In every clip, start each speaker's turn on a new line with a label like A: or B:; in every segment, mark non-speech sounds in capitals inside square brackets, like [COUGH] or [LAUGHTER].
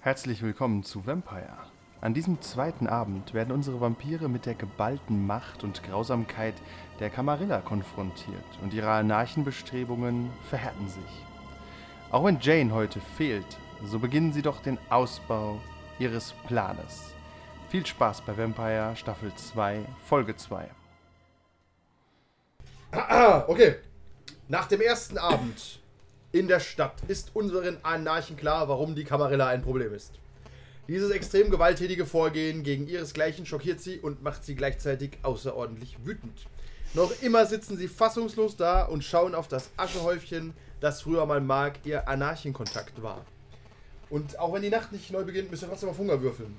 A: Herzlich willkommen zu Vampire. An diesem zweiten Abend werden unsere Vampire mit der geballten Macht und Grausamkeit der Camarilla konfrontiert und ihre Anarchenbestrebungen verhärten sich. Auch wenn Jane heute fehlt, so beginnen sie doch den Ausbau ihres Planes. Viel Spaß bei Vampire Staffel 2, Folge 2.
B: Ah, [CLEARS THROAT] okay. Nach dem ersten Abend in der Stadt ist unseren Anarchen klar, warum die Camarilla ein Problem ist. Dieses extrem gewalttätige Vorgehen gegen ihresgleichen schockiert sie und macht sie gleichzeitig außerordentlich wütend. Noch immer sitzen sie fassungslos da und schauen auf das Aschehäufchen, das früher mal Mark ihr Anarchenkontakt war. Und auch wenn die Nacht nicht neu beginnt, müsst ihr trotzdem auf Hunger würfeln.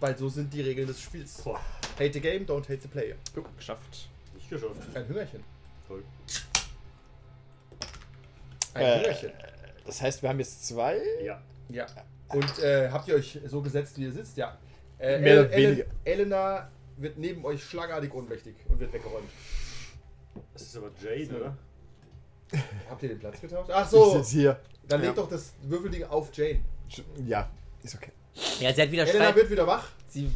B: Weil so sind die Regeln des Spiels.
C: Boah.
B: Hate the game, don't hate the player.
C: Geschafft. Nicht geschafft.
B: Ein Hüngerchen.
C: Toll.
B: Ein
D: Äh.
B: Hüngerchen.
D: Das heißt, wir haben jetzt zwei?
C: Ja.
B: Ja. Und äh, habt ihr euch so gesetzt, wie ihr sitzt? Ja. Äh,
D: Mehr
B: El
D: oder weniger.
B: El Elena wird neben euch schlagartig ohnmächtig und wird weggeräumt.
C: Das ist aber Jade, oder?
B: Habt ihr den Platz getauscht? Ach
D: So. Ich
B: so,
D: sitze hier.
B: dann
D: Ja.
B: legt doch das Würfelding auf Jane.
D: Ja, ist okay.
E: Ja, sie hat wieder
B: Elena
E: Streit.
B: wird wieder wach.
E: sie,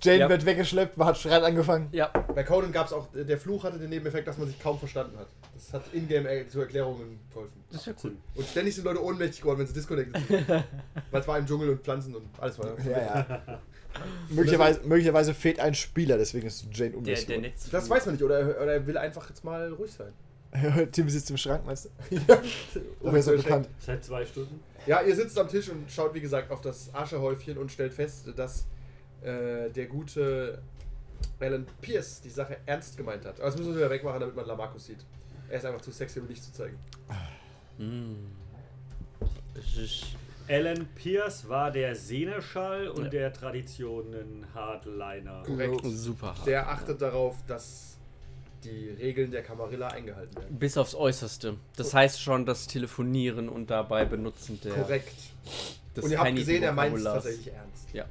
D: Jane
E: Ja.
D: wird weggeschleppt, hat Streit angefangen.
E: ja.
B: Bei Conan gab es auch, der Fluch hatte den Nebeneffekt, dass man sich kaum verstanden hat. Das hat Ingame äh, zu Erklärungen geholfen.
E: Das wäre cool.
B: Und ständig sind Leute ohnmächtig geworden, wenn sie disconnected sind. Weil es war im Dschungel und Pflanzen und alles war.
D: Ja, ja.
E: [LAUGHS]
D: möglicherweise, möglicherweise fehlt ein Spieler, deswegen ist Jane
E: Der,
D: unmäßig.
E: der Netz.
B: Das weiß man nicht, oder, er- oder er will einfach jetzt mal ruhig sein.
D: [LAUGHS] Tim sitzt im Schrank, meinst du?
E: [LAUGHS]
B: Um
D: Oder ist er bekannt?
C: Seit zwei Stunden.
B: Ja, ihr sitzt am Tisch und schaut, wie gesagt, auf das Aschehäufchen und stellt fest, dass äh, der gute Alan Pierce die Sache ernst gemeint hat. Aber das müssen wir wieder wegmachen, damit man Lamarcus sieht. Er ist einfach zu sexy, um nicht zu zeigen.
E: Mm. Das ist.
C: Alan Pierce war der Seneschall und der Traditionen Hardliner.
B: Korrekt.
E: Super hart.
B: Der achtet darauf, dass die Regeln der Camarilla eingehalten werden.
E: Bis aufs Äußerste. Das heißt schon das Telefonieren und dabei Benutzen der.
B: Korrekt.
E: Des
B: und ihr habt
E: tiny
B: gesehen, er meint es
E: Vokabulars.
B: tatsächlich ernst.
E: Ja.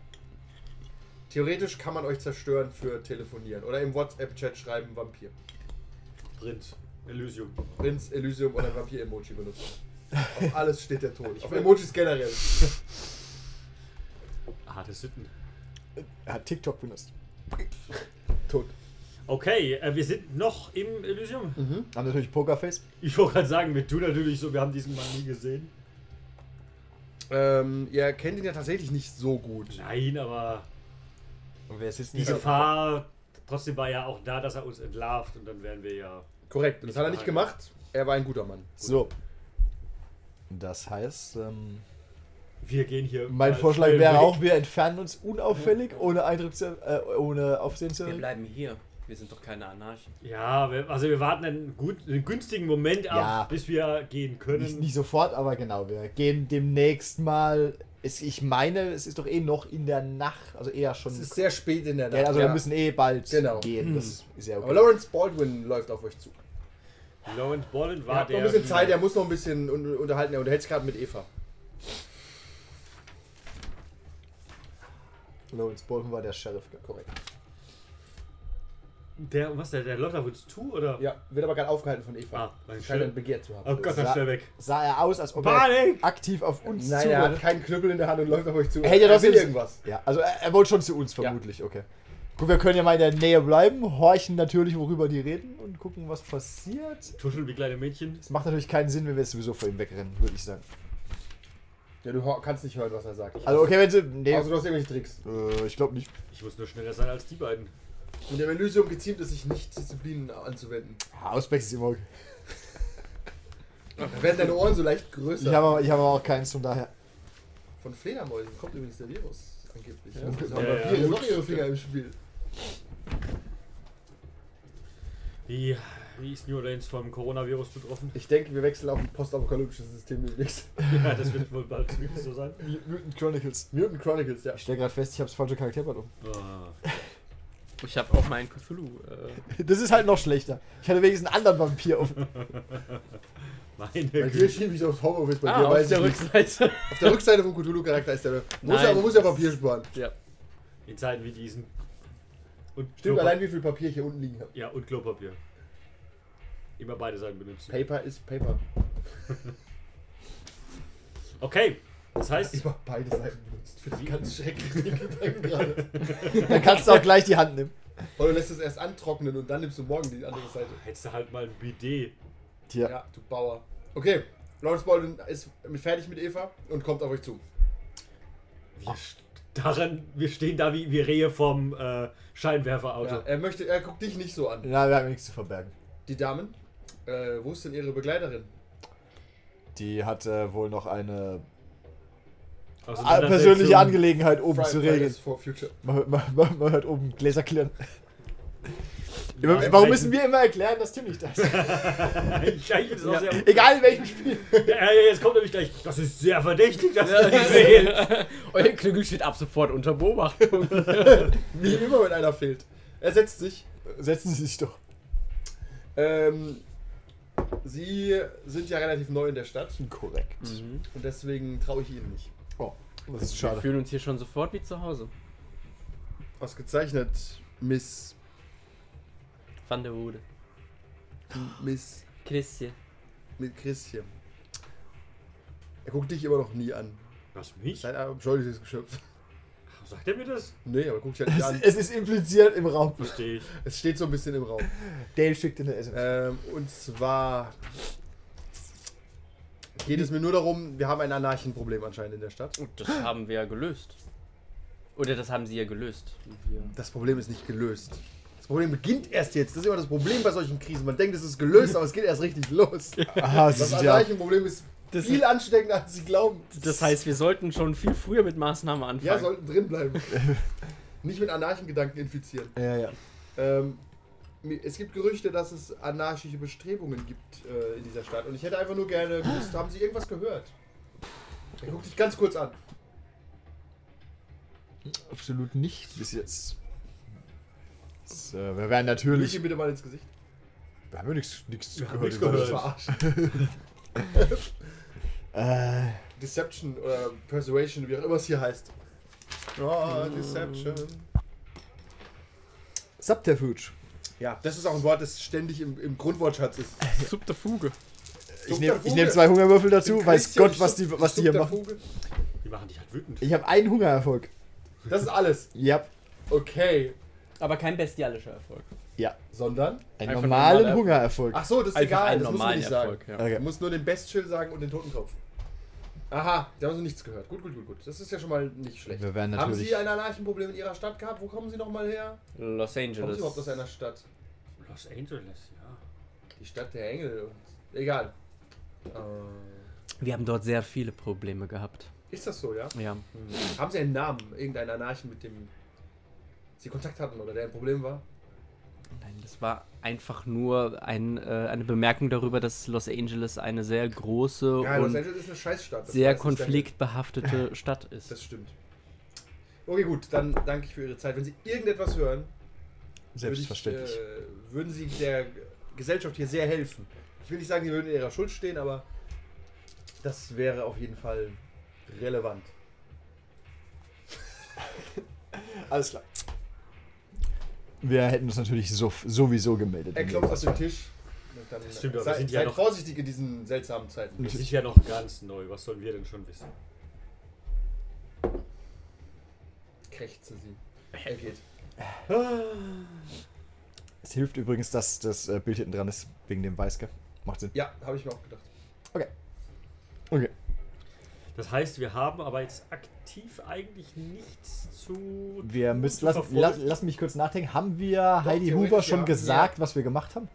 B: Theoretisch kann man euch zerstören für telefonieren oder im WhatsApp-Chat schreiben Vampir.
C: Print. Elysium.
B: Prinz Elysium oder Vampir-Emoji benutzen.
D: [LAUGHS]
B: Auf alles steht der Tod. Auf Emojis generell.
C: Harte Sitten.
D: Er hat TikTok
E: [LAUGHS]
D: benutzt.
B: Tod.
C: Okay, äh, wir sind noch im Elysium.
D: Haben natürlich Pokerface.
C: Ich wollte gerade sagen, wir tun natürlich so, wir haben diesen Mann nie gesehen.
B: Ähm, ihr kennt ihn ja tatsächlich nicht so gut.
C: Nein, aber
D: Und wer sitzt
C: die Gefahr trotzdem war ja auch da, dass er uns entlarvt und dann wären wir ja.
B: Korrekt. Und das hat er nicht gemacht. Er war ein guter Mann.
D: So. Das heißt, ähm,
C: Wir gehen hier.
B: Äh,
D: mein
C: mal
D: Vorschlag
C: schnell
D: wäre
C: weg.
D: auch, wir entfernen uns unauffällig, ohne Eintritt zu, äh, ohne Aufsehen zu
E: Wir bleiben hier. Wir sind doch keine Anarchen.
C: Ja, wir, also wir warten einen, gut, einen günstigen Moment ab,
D: Ja.
C: bis wir gehen können.
D: Nicht, nicht sofort, aber genau, wir gehen demnächst mal. Es, ich meine, es ist doch eh noch in der Nacht, also eher schon.
B: Es ist sehr spät in der Nacht.
D: ja, also wir müssen eh bald
B: Genau.
D: gehen. Das ist ja
B: Aber
D: okay.
B: Lawrence Baldwin läuft auf euch zu.
C: Lawrence Bolland
B: Ihr
C: war
B: habt noch
C: der.
B: ein bisschen Zeit, er muss noch ein bisschen un unterhalten. Er unterhält sich gerade mit Eva.
D: Lawrence Bolton war der Sheriff, ja, korrekt.
C: der was der, der Lotterwoods 2 oder?
B: Ja, wird aber gerade aufgehalten von Eva.
C: Ah, ein
B: Scheint ein
C: Schild.
B: Begehr zu haben.
C: Oh Gott, dann
D: Sa-
C: schnell weg.
D: Sah er aus, als ob
C: Panik!
D: er aktiv auf uns
B: Nein,
D: zu
B: er hat keinen Knüppel in der Hand und läuft auf euch zu.
D: Er hätte ja
B: er
D: doch
B: will
D: jetzt-
B: irgendwas.
D: Ja, also er, er wollte schon zu uns vermutlich, okay. Gut, wir können ja mal in der Nähe bleiben, horchen natürlich, worüber die reden und gucken, was passiert.
C: Tuscheln wie kleine Mädchen.
D: Es macht natürlich keinen Sinn, wenn wir jetzt sowieso vor ihm wegrennen, würde ich sagen.
B: Ja, du hör- kannst nicht hören, was er sagt.
D: Also okay, wenn sie. Nee,
B: Außer du hast irgendwelche Tricks.
D: äh, ich glaube nicht.
C: Ich muss nur schneller sein als die beiden.
B: Und dem Elysium geziemt es sich nicht, Disziplinen anzuwenden.
D: Ausbex ist immer okay.
B: Da werden deine Ohren so leicht größer.
D: Ich habe aber, ich hab aber auch keins, von daher.
B: Von Fledermäusen kommt übrigens der Virus, angeblich. Ja,
C: Ja,
B: aber
C: ja.
B: Vampire sind doch ihre Finger im Spiel.
C: Wie, wie ist New Orleans vom Coronavirus betroffen? [LAUGHS]
B: Ich denke, wir wechseln auf ein postapokalyptisches System demnächst.
C: ja, das wird wohl bald [LAUGHS] wirklich so sein.
D: Mutant Chronicles.
B: Mutant Chronicles, ja.
D: Ich stelle gerade fest, ich habe das falsche Charakterblatt um.
C: Ah.
E: Ich habe auch meinen Cthulhu.
D: [LAUGHS]
E: Äh,
D: Das ist halt noch schlechter. Ich hatte wenigstens einen anderen Vampir [LAUGHS] um.
C: Meine
B: [LAUGHS] Bei dir
C: Güte.
B: schiebe ich aufs Homeoffice, bei
E: ah,
B: dir
E: auf
B: weiß
E: der
B: ich nicht. [LAUGHS]
E: Rückseite.
B: Auf der Rückseite vom Cthulhu-Charakter ist der. Muss
E: Nein.
B: ja, man muss ja Papier sparen.
E: ja.
C: In Zeiten wie diesen. Und
B: Stimmt
C: Klopa-
B: allein, wie viel Papier ich hier unten liegen habe.
C: Ja, und Klopapier. Immer beide Seiten benutzen.
B: Paper ist Paper.
C: Okay, Das heißt,
B: Über beide Seiten benutzt. Finde ich ganz schrecklich, den Gedanken [LAUGHS] gerade.
D: Dann kannst du auch gleich die Hand nehmen.
B: Oder du lässt es erst antrocknen und dann nimmst du morgen die andere Seite.
C: hättest du halt mal ein Bidet.
D: Tja.
B: Ja, du Bauer. Okay, Lawrence Baldwin ist mit- fertig mit Eva und kommt auf euch zu.
C: Wir, st- daran, wir stehen da wie, wie Rehe vom äh, Scheinwerferauto.
B: Ja, er möchte, er guckt dich nicht so an.
D: Na, wir haben nichts zu verbergen.
B: Die Damen, äh, wo ist denn ihre Begleiterin?
D: Die hat äh, wohl noch eine
B: Ah,
C: Auseinandersetzung.
D: persönliche
C: [LAUGHS]
D: Angelegenheit oben zu
B: Fridays
D: regeln.
B: for Future.
D: Man, man, man, man hört oben Gläser klirren.
C: Ja,
D: Warum
C: vielleicht-
D: müssen wir immer erklären, dass Tim nicht da ist?
C: Ich, ich find's auch
E: Ja.
C: sehr un-
D: Egal in welchem Spiel.
C: Ja, ja, jetzt kommt nämlich gleich. Das ist sehr verdächtig, dass du nicht sehen.
E: Euer Klügel steht ab sofort unter Beobachtung.
B: [LAUGHS] Wie immer, wenn einer fehlt. Er setzt sich.
D: Setzen Sie sich doch.
B: Ähm, sie sind ja relativ neu in der Stadt Mhm.
D: Korrekt.
E: Mhm.
B: und deswegen traue ich ihnen nicht.
D: Oh, das ist
E: Wir
D: schade.
E: fühlen uns hier schon sofort wie zu Hause.
B: Ausgezeichnet, Miss.
E: Van der Hude.
B: Miss.
E: Christi.
B: Mit Christian. Er guckt dich immer noch nie an.
C: Was mich?
B: Seid ein beschuldigtes Geschöpf.
C: Sagt er mir das?
B: [LAUGHS] Nee, aber guckt dich halt nicht
D: Es,
B: an.
D: es ist impliziert im Raum.
C: Verstehe ich.
B: Es steht so ein bisschen im Raum.
D: Dale schickt in der SMS.
B: Ähm, und zwar geht es mir nur darum, wir haben ein Anarchenproblem anscheinend in der Stadt.
E: Das haben wir ja gelöst. Oder das haben sie ja gelöst. Wir
B: Das Problem ist nicht gelöst. Das Problem beginnt erst jetzt. Das ist immer das Problem bei solchen Krisen. Man denkt, es ist gelöst, aber es geht erst richtig los.
D: Ah, sie
B: Das
D: sind ja.
B: Anarchenproblem ist
E: Das-
B: viel ansteckender, als sie glauben.
E: Das heißt, wir sollten schon viel früher mit Maßnahmen anfangen.
B: ja,
E: [LAUGHS]
B: sollten drin bleiben. [LAUGHS] nicht mit Anarchengedanken infizieren.
D: Ja, ja.
B: Ähm, mi- es gibt Gerüchte, dass es anarchische Bestrebungen gibt äh, in dieser Stadt. Und ich hätte einfach nur gerne gewusst, haben Sie irgendwas gehört? Er guckt dich ganz kurz an.
D: Absolut nicht bis jetzt. Das, äh, wir werden
B: Lüg
D: natürlich.
B: ihm bitte mal ins Gesicht.
D: Wir haben ja nichts nichts
C: Wir haben
D: gehört.
C: nichts
D: über
C: gehört.
D: das.
B: Verarscht. [LAUGHS]
D: Äh,
B: Deception oder Persuasion, wie auch immer es hier heißt. Oh, Deception.
D: Subterfuge.
B: Ja, das ist auch ein Wort, das ständig im, im Grundwortschatz ist.
E: Subterfuge.
D: Ich nehme ich nehm zwei Hungerwürfel dazu. Weiß Gott, was die, was die hier machen.
B: Subterfuge.
C: Die machen dich halt wütend.
D: Ich habe einen Hungererfolg.
B: Das ist alles.
D: Ja.
B: Okay.
E: Aber kein bestialischer Erfolg.
B: Sondern?
D: Einen
E: Einfach
D: normalen
E: normaler-
D: Hungererfolg.
B: Ach so, das ist egal.
E: Einfach
B: Das
E: einen
B: musst du
E: normalen
B: nicht sagen.
E: Erfolg. Ja.
D: Okay.
B: Du musst nur den Bestschild sagen und den Totenkopf. Aha, da haben sie nichts gehört. Gut, gut, gut, gut. Das ist ja schon mal nicht schlecht.
D: Wir werden
B: haben
D: natürlich-
B: Sie ein Anarchenproblem in Ihrer Stadt gehabt? Wo kommen Sie nochmal her?
E: Los
B: Kommen Sie überhaupt aus
E: Angeles.
B: einer Stadt?
C: Los Angeles, ja.
B: Die Stadt der Engel. und- Egal. Äh,
E: Wir haben dort sehr viele Probleme gehabt.
B: ist das so, ja?
E: Ja. Hm.
B: Haben Sie einen Namen? Irgendeinen Anarchen, mit dem Sie Kontakt hatten oder der ein Problem war?
E: Nein, das war einfach nur ein, äh, eine Bemerkung darüber, dass Los Angeles eine sehr große
B: Ja, Los
E: und
B: Angeles ist eine Scheißstadt. das
E: sehr
B: weiß ich, danke. [LAUGHS]
E: konfliktbehaftete Stadt ist.
B: Das stimmt. Okay, gut, dann danke ich für Ihre Zeit. Wenn Sie irgendetwas hören,
D: Selbstverständlich.
B: Würde ich, äh, würden Sie der Gesellschaft hier sehr helfen. Ich will nicht sagen, Sie würden in Ihrer Schuld stehen, aber das wäre auf jeden Fall relevant.
D: Alles klar. Wir hätten uns natürlich so, sowieso gemeldet.
B: Er
D: wenn
B: klopft
D: wir-
B: auf den Tisch. Und dann
C: Das stimmt, aber wir
B: seid
C: sind ja
B: seid
C: noch-
B: vorsichtig in diesen seltsamen Zeiten.
C: Wir sind ja noch ganz neu. Was sollen wir denn schon wissen?
B: Krächzen Sie. Er geht.
D: Es hilft übrigens, dass das äh, Bild hinten dran ist, wegen dem Weiß, gell? Macht Sinn.
B: Ja, habe ich mir auch gedacht.
D: Okay.
C: Das heißt, wir haben aber jetzt aktiv eigentlich nichts zu.
D: Wir
C: tun,
D: müssen,
C: zu
D: lass,
C: verfolgen.
D: lass, lass mich kurz nachdenken. Haben wir Heidi
B: theoretisch
D: Hoover schon
B: ja.
D: gesagt, was wir gemacht haben?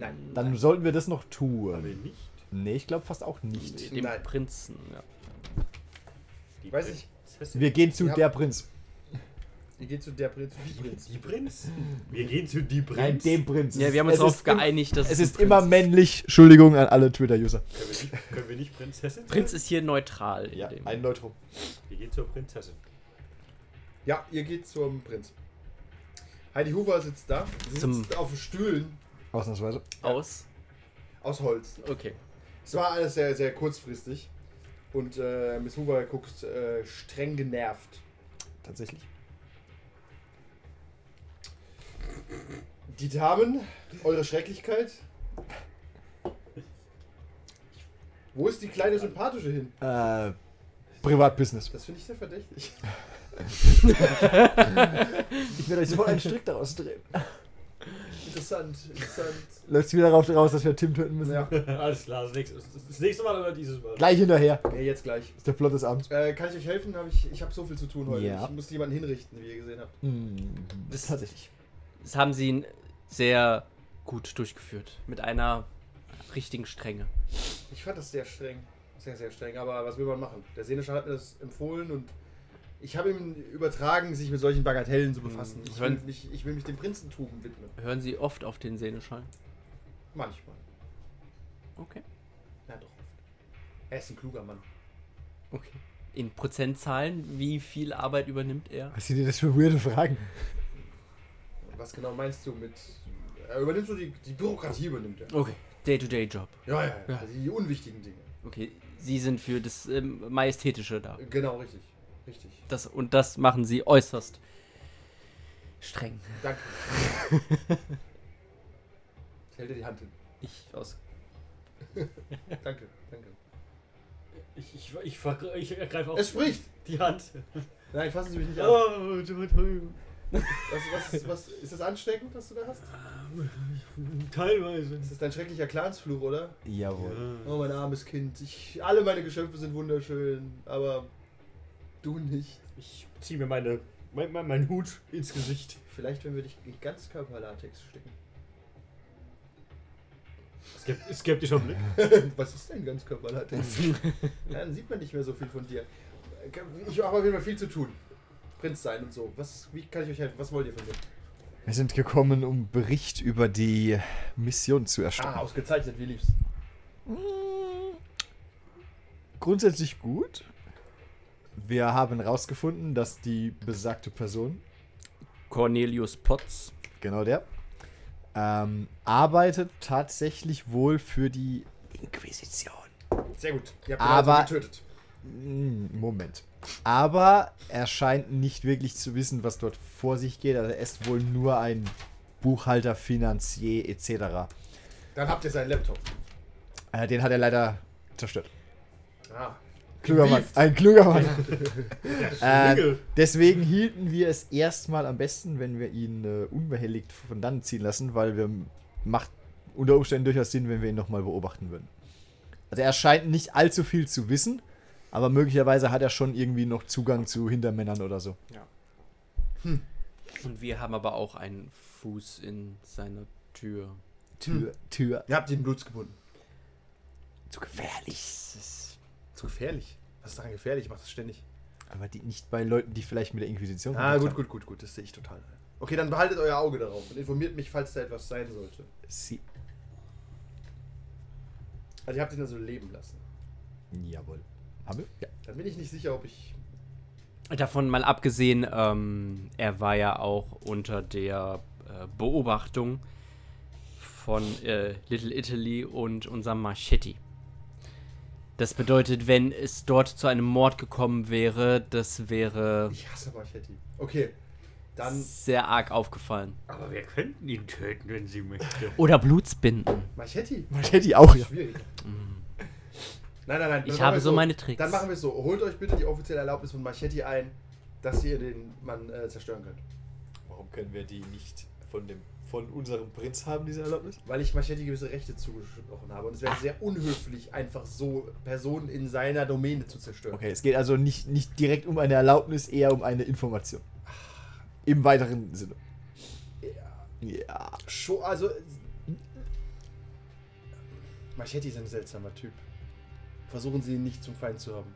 B: Nein.
D: Dann sollten wir das noch
C: Haben wir
D: tun.
C: nicht.
D: Nee, ich glaube fast auch nicht.
E: Dem
B: Nein.
E: Prinzen. Ja.
C: Die
B: Weiß ich.
C: Prinzessin.
D: Wir gehen zu
B: Ja.
D: der Prinz.
B: Ihr geht zu der Prinz. Zu die Prinz.
C: Die Prinz. Wir gehen zu die Prinz.
D: Nein, dem Prinz.
E: ja, wir haben uns
D: Es
E: darauf
D: ist im-
E: geeinigt, dass
D: Es
E: ein
D: ist
E: Prinz
D: immer männlich. Entschuldigung an alle Twitter-User.
C: Können wir nicht, können wir nicht Prinzessin?
E: Prinz
C: sein?
E: ist hier neutral. in dem.
D: Neutrum.
C: Wir gehen zur Prinzessin. [LAUGHS]
B: Ja, ihr geht zum Prinz. Heidi Hoover sitzt da. Sie
E: Zum-
B: sitzt auf Stühlen
D: Ausnahmsweise.
E: Aus.
B: aus Holz.
E: Okay.
B: Es war alles sehr, sehr kurzfristig. Und äh, Miss Hoover guckt äh, streng genervt.
D: Tatsächlich.
B: Die Damen, eure Schrecklichkeit. Wo ist die kleine Sympathische hin?
D: Äh, Privatbusiness.
B: Das finde ich sehr verdächtig.
D: Ich werde euch sofort einen Strick daraus [LAUGHS] drehen.
B: Interessant, interessant.
D: Läuft wieder darauf raus, dass wir Tim töten müssen.
B: Ja,
C: Alles klar, das nächste, das nächste Mal oder dieses Mal?
D: Gleich hinterher.
B: nee, jetzt gleich.
D: Ist der Plot des Abends.
B: Äh, kann ich euch helfen? Hab ich ich habe so viel zu tun heute.
D: Ja.
B: Ich musste jemanden hinrichten, wie ihr gesehen habt.
E: Das- Das haben sie sehr gut durchgeführt. Mit einer richtigen Strenge.
B: Ich fand das sehr streng. Sehr, sehr streng. Aber was will man machen? Der Seneschal hat mir das empfohlen und ich habe ihm übertragen, sich mit solchen Bagatellen zu befassen. Ich will,
E: Wenn-
B: mich, ich will mich dem Prinzentum widmen.
E: Hören sie oft auf den Sehneschall?
B: Manchmal.
E: Okay.
B: Ja, doch. Er ist ein kluger Mann.
E: Okay. In Prozentzahlen, wie viel Arbeit übernimmt er?
D: Was sind denn das für weirde Fragen?
B: Und was genau meinst du mit. Er übernimmt so die, die Bürokratie, übernimmt er.
E: Okay. Day-to-day-Job.
B: Ja, ja, ja.
E: Ja.
B: Die unwichtigen Dinge.
E: Okay. Sie sind für das ähm, Majestätische da.
B: Genau, richtig. Richtig.
E: Das, und das machen sie äußerst streng.
B: Danke. Ich hält dir die Hand hin.
E: Ich aus.
B: Danke, danke.
C: Ich, ich, ich, vergr- ich ergreife auch
B: Es spricht!
C: die Hand.
B: Nein, fassen Sie mich nicht an.
C: Oh, Entschuldigung.
B: Was, was, was, ist das ansteckend, was du da hast?
C: Ähm, Teilweise.
B: Ist das dein schrecklicher Clansfluch, oder?
D: Jawohl.
B: Oh, mein armes Kind. Ich, alle meine Geschöpfe sind wunderschön, aber du nicht.
C: Ich ziehe mir meine, mein, mein, mein Hut ins Gesicht.
B: Vielleicht, wenn wir dich in Ganzkörperlatex stecken. [LAUGHS]
C: Skept, skeptischer Blick.
B: Was ist
D: [LAUGHS]
B: denn Ganzkörperlatex? ja, dann sieht man nicht mehr so viel von dir. Ich habe auf jeden Fall viel zu tun. Prinz sein und so. Was, wie kann ich euch helfen? Was wollt ihr von mir?
F: Wir sind gekommen, um Bericht über die Mission zu erstatten.
B: Ah, ausgezeichnet, wie lieb's.
D: Grundsätzlich gut. Wir haben rausgefunden, dass die besagte Person,
E: Cornelius Potts.
D: genau der, ähm, arbeitet tatsächlich wohl für die Inquisition.
B: Sehr gut. Ihr habt ihn
D: Aber-
B: also getötet.
D: Mm, Moment. Aber er scheint nicht wirklich zu wissen, was dort vor sich geht. Also er ist wohl nur ein Buchhalter, Finanzier etc.
B: Dann habt ihr seinen Laptop.
D: Äh, den hat er leider zerstört.
B: Ah,
D: Kluger Mann.
B: Gewieft.
D: Ein kluger Mann. äh,
C: Schlingel.
D: deswegen hielten wir es erstmal am besten, wenn wir ihn äh, unbehelligt von dann ziehen lassen, weil wir macht unter Umständen durchaus Sinn, wenn wir ihn nochmal beobachten würden. Also er scheint nicht allzu viel zu wissen, aber möglicherweise hat er schon irgendwie noch Zugang zu Hintermännern oder so.
E: Und wir haben aber auch einen Fuß in seiner Tür.
B: Hm.
D: Tür, Tür.
B: ihr habt ihn Bluts gebunden.
D: Zu gefährlich.
E: Das ist
B: Zu gefährlich. Was ist daran gefährlich? Ich mach das ständig.
D: Aber die, nicht bei Leuten, die vielleicht mit der Inquisition
B: Ah,
D: Kontakt
B: gut,
D: haben.
B: gut, gut, gut. Das sehe ich total. ein. Okay, dann behaltet euer Auge darauf und informiert mich, falls da etwas sein sollte.
D: Sie.
B: Also ihr habt ihn also leben lassen.
D: Jawohl. Haben wir? Ja.
B: Dann bin ich nicht sicher, ob ich...
E: Davon mal abgesehen, ähm, er war ja auch unter der äh, Beobachtung von äh, Little Italy und unserem Marchetti. Das bedeutet, wenn es dort zu einem Mord gekommen wäre, das wäre
B: Ich hasse Marchetti. Okay, dann...
E: sehr arg aufgefallen.
C: Aber wir könnten ihn töten, wenn sie [LAUGHS] möchte.
E: Oder Blutsbinden.
B: Marchetti?
D: Man hätte die auch. Ja. [LAUGHS]
B: Schwierig. Nein, nein, nein. dann
E: Oh, Mhm. Ich
B: machen
E: habe
B: wir
E: so meine Tricks.
B: Dann machen wir es so. Holt euch bitte die offizielle Erlaubnis von Marchetti ein, dass ihr den Mann äh, zerstören könnt.
D: Warum können wir die nicht von, dem, von unserem Prinz haben, diese Erlaubnis?
B: Weil ich Marchetti gewisse Rechte zugesprochen habe. Und es wäre sehr unhöflich, einfach so Personen in seiner Domäne zu zerstören.
D: Okay, es geht also nicht, nicht direkt um eine Erlaubnis, eher um eine Information. Im weiteren Sinne. Ja.
B: Scho also. äh, Marchetti ist ein seltsamer Typ. Versuchen Sie ihn nicht zum Feind zu haben.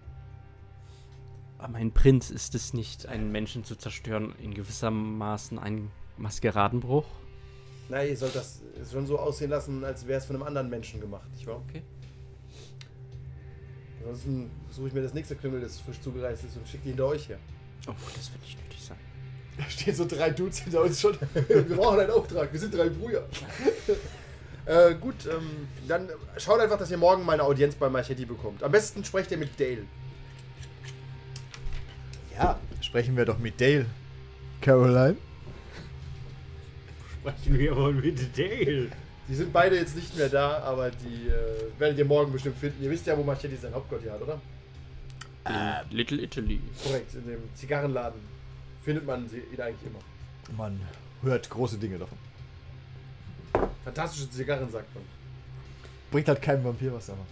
E: Aber ein Prinz ist es nicht, einen Menschen zu zerstören, in gewissermaßen ein Maskeradenbruch.
B: Nein, ihr sollt das schon so aussehen lassen, als wäre es von einem anderen Menschen gemacht, nicht wahr?
E: Okay.
B: Ansonsten suche ich mir das nächste Klüngel, das frisch zugereist ist, und schicke ihn hinter euch her.
E: Oh, das wird nicht nötig sein.
D: Da stehen so drei Dudes hinter uns schon.
B: [LAUGHS] Wir brauchen einen Auftrag, wir sind drei Brüder. [LAUGHS] äh, gut, ähm, dann schaut einfach, dass ihr morgen meine Audienz bei Marchetti bekommt. Am besten sprecht ihr mit Dale.
D: Ja, sprechen wir doch mit Dale. Caroline?
C: Sprechen wir wohl mit Dale.
B: Die sind beide jetzt nicht mehr da, aber die äh, werdet ihr morgen bestimmt finden. Ihr wisst ja, wo Marchetti seinen Hauptgott hier hat, oder?
E: In Little Italy.
B: Korrekt, in dem Zigarrenladen findet man sie ihn eigentlich immer.
D: Man hört große Dinge davon.
B: Fantastische Zigarren, sagt man.
D: Bringt halt keinem Vampir was, aber.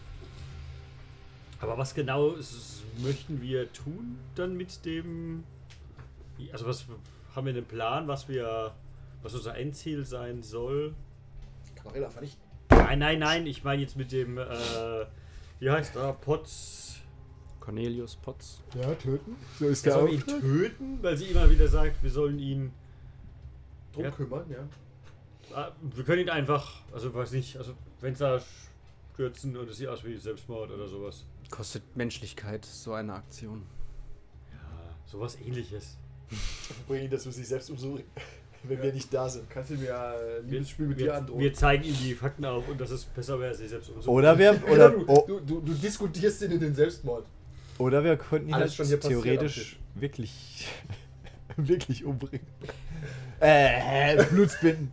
C: Aber was genau s- möchten wir tun dann mit dem. Also, was haben wir einen Plan, was wir. Was unser Endziel sein soll?
B: Camarilla vernichten.
C: Nein, nein, nein, ich meine jetzt mit dem. Äh, wie heißt er? Potz.
E: Cornelius Potts.
D: Ja, töten? So ist
C: Wir
D: der auch.
C: sollen ihn töten, weil sie immer wieder sagt, wir sollen ihn.
B: Drum
C: Ja.
B: kümmern, ja.
C: Ah, wir können ihn einfach. Also, weiß nicht. Also, wenn es da stürzen und es sieht aus wie Selbstmord oder sowas.
E: Kostet Menschlichkeit, so eine Aktion.
C: Ja, sowas ähnliches.
D: Bring ihn, dass wir sich selbst umsuchen, [LAUGHS] wenn wir nicht da sind.
B: Kannst du mir äh, ein
C: Wir,
B: liebes Spiel mit dir
C: wir,
B: androhen.
C: wir zeigen ihm die Fakten auf und dass es besser wäre, sie selbst umzubringen.
D: Oder wir,
B: Oder oh.
D: oder,
B: du,
D: o-
B: du, du, du diskutierst ihn in den Selbstmord.
D: oder wir könnten ihn
B: Alles
D: halt
B: schon hier passiert
D: theoretisch wirklich, [LAUGHS] wirklich umbringen. Äh, Blutsbinden.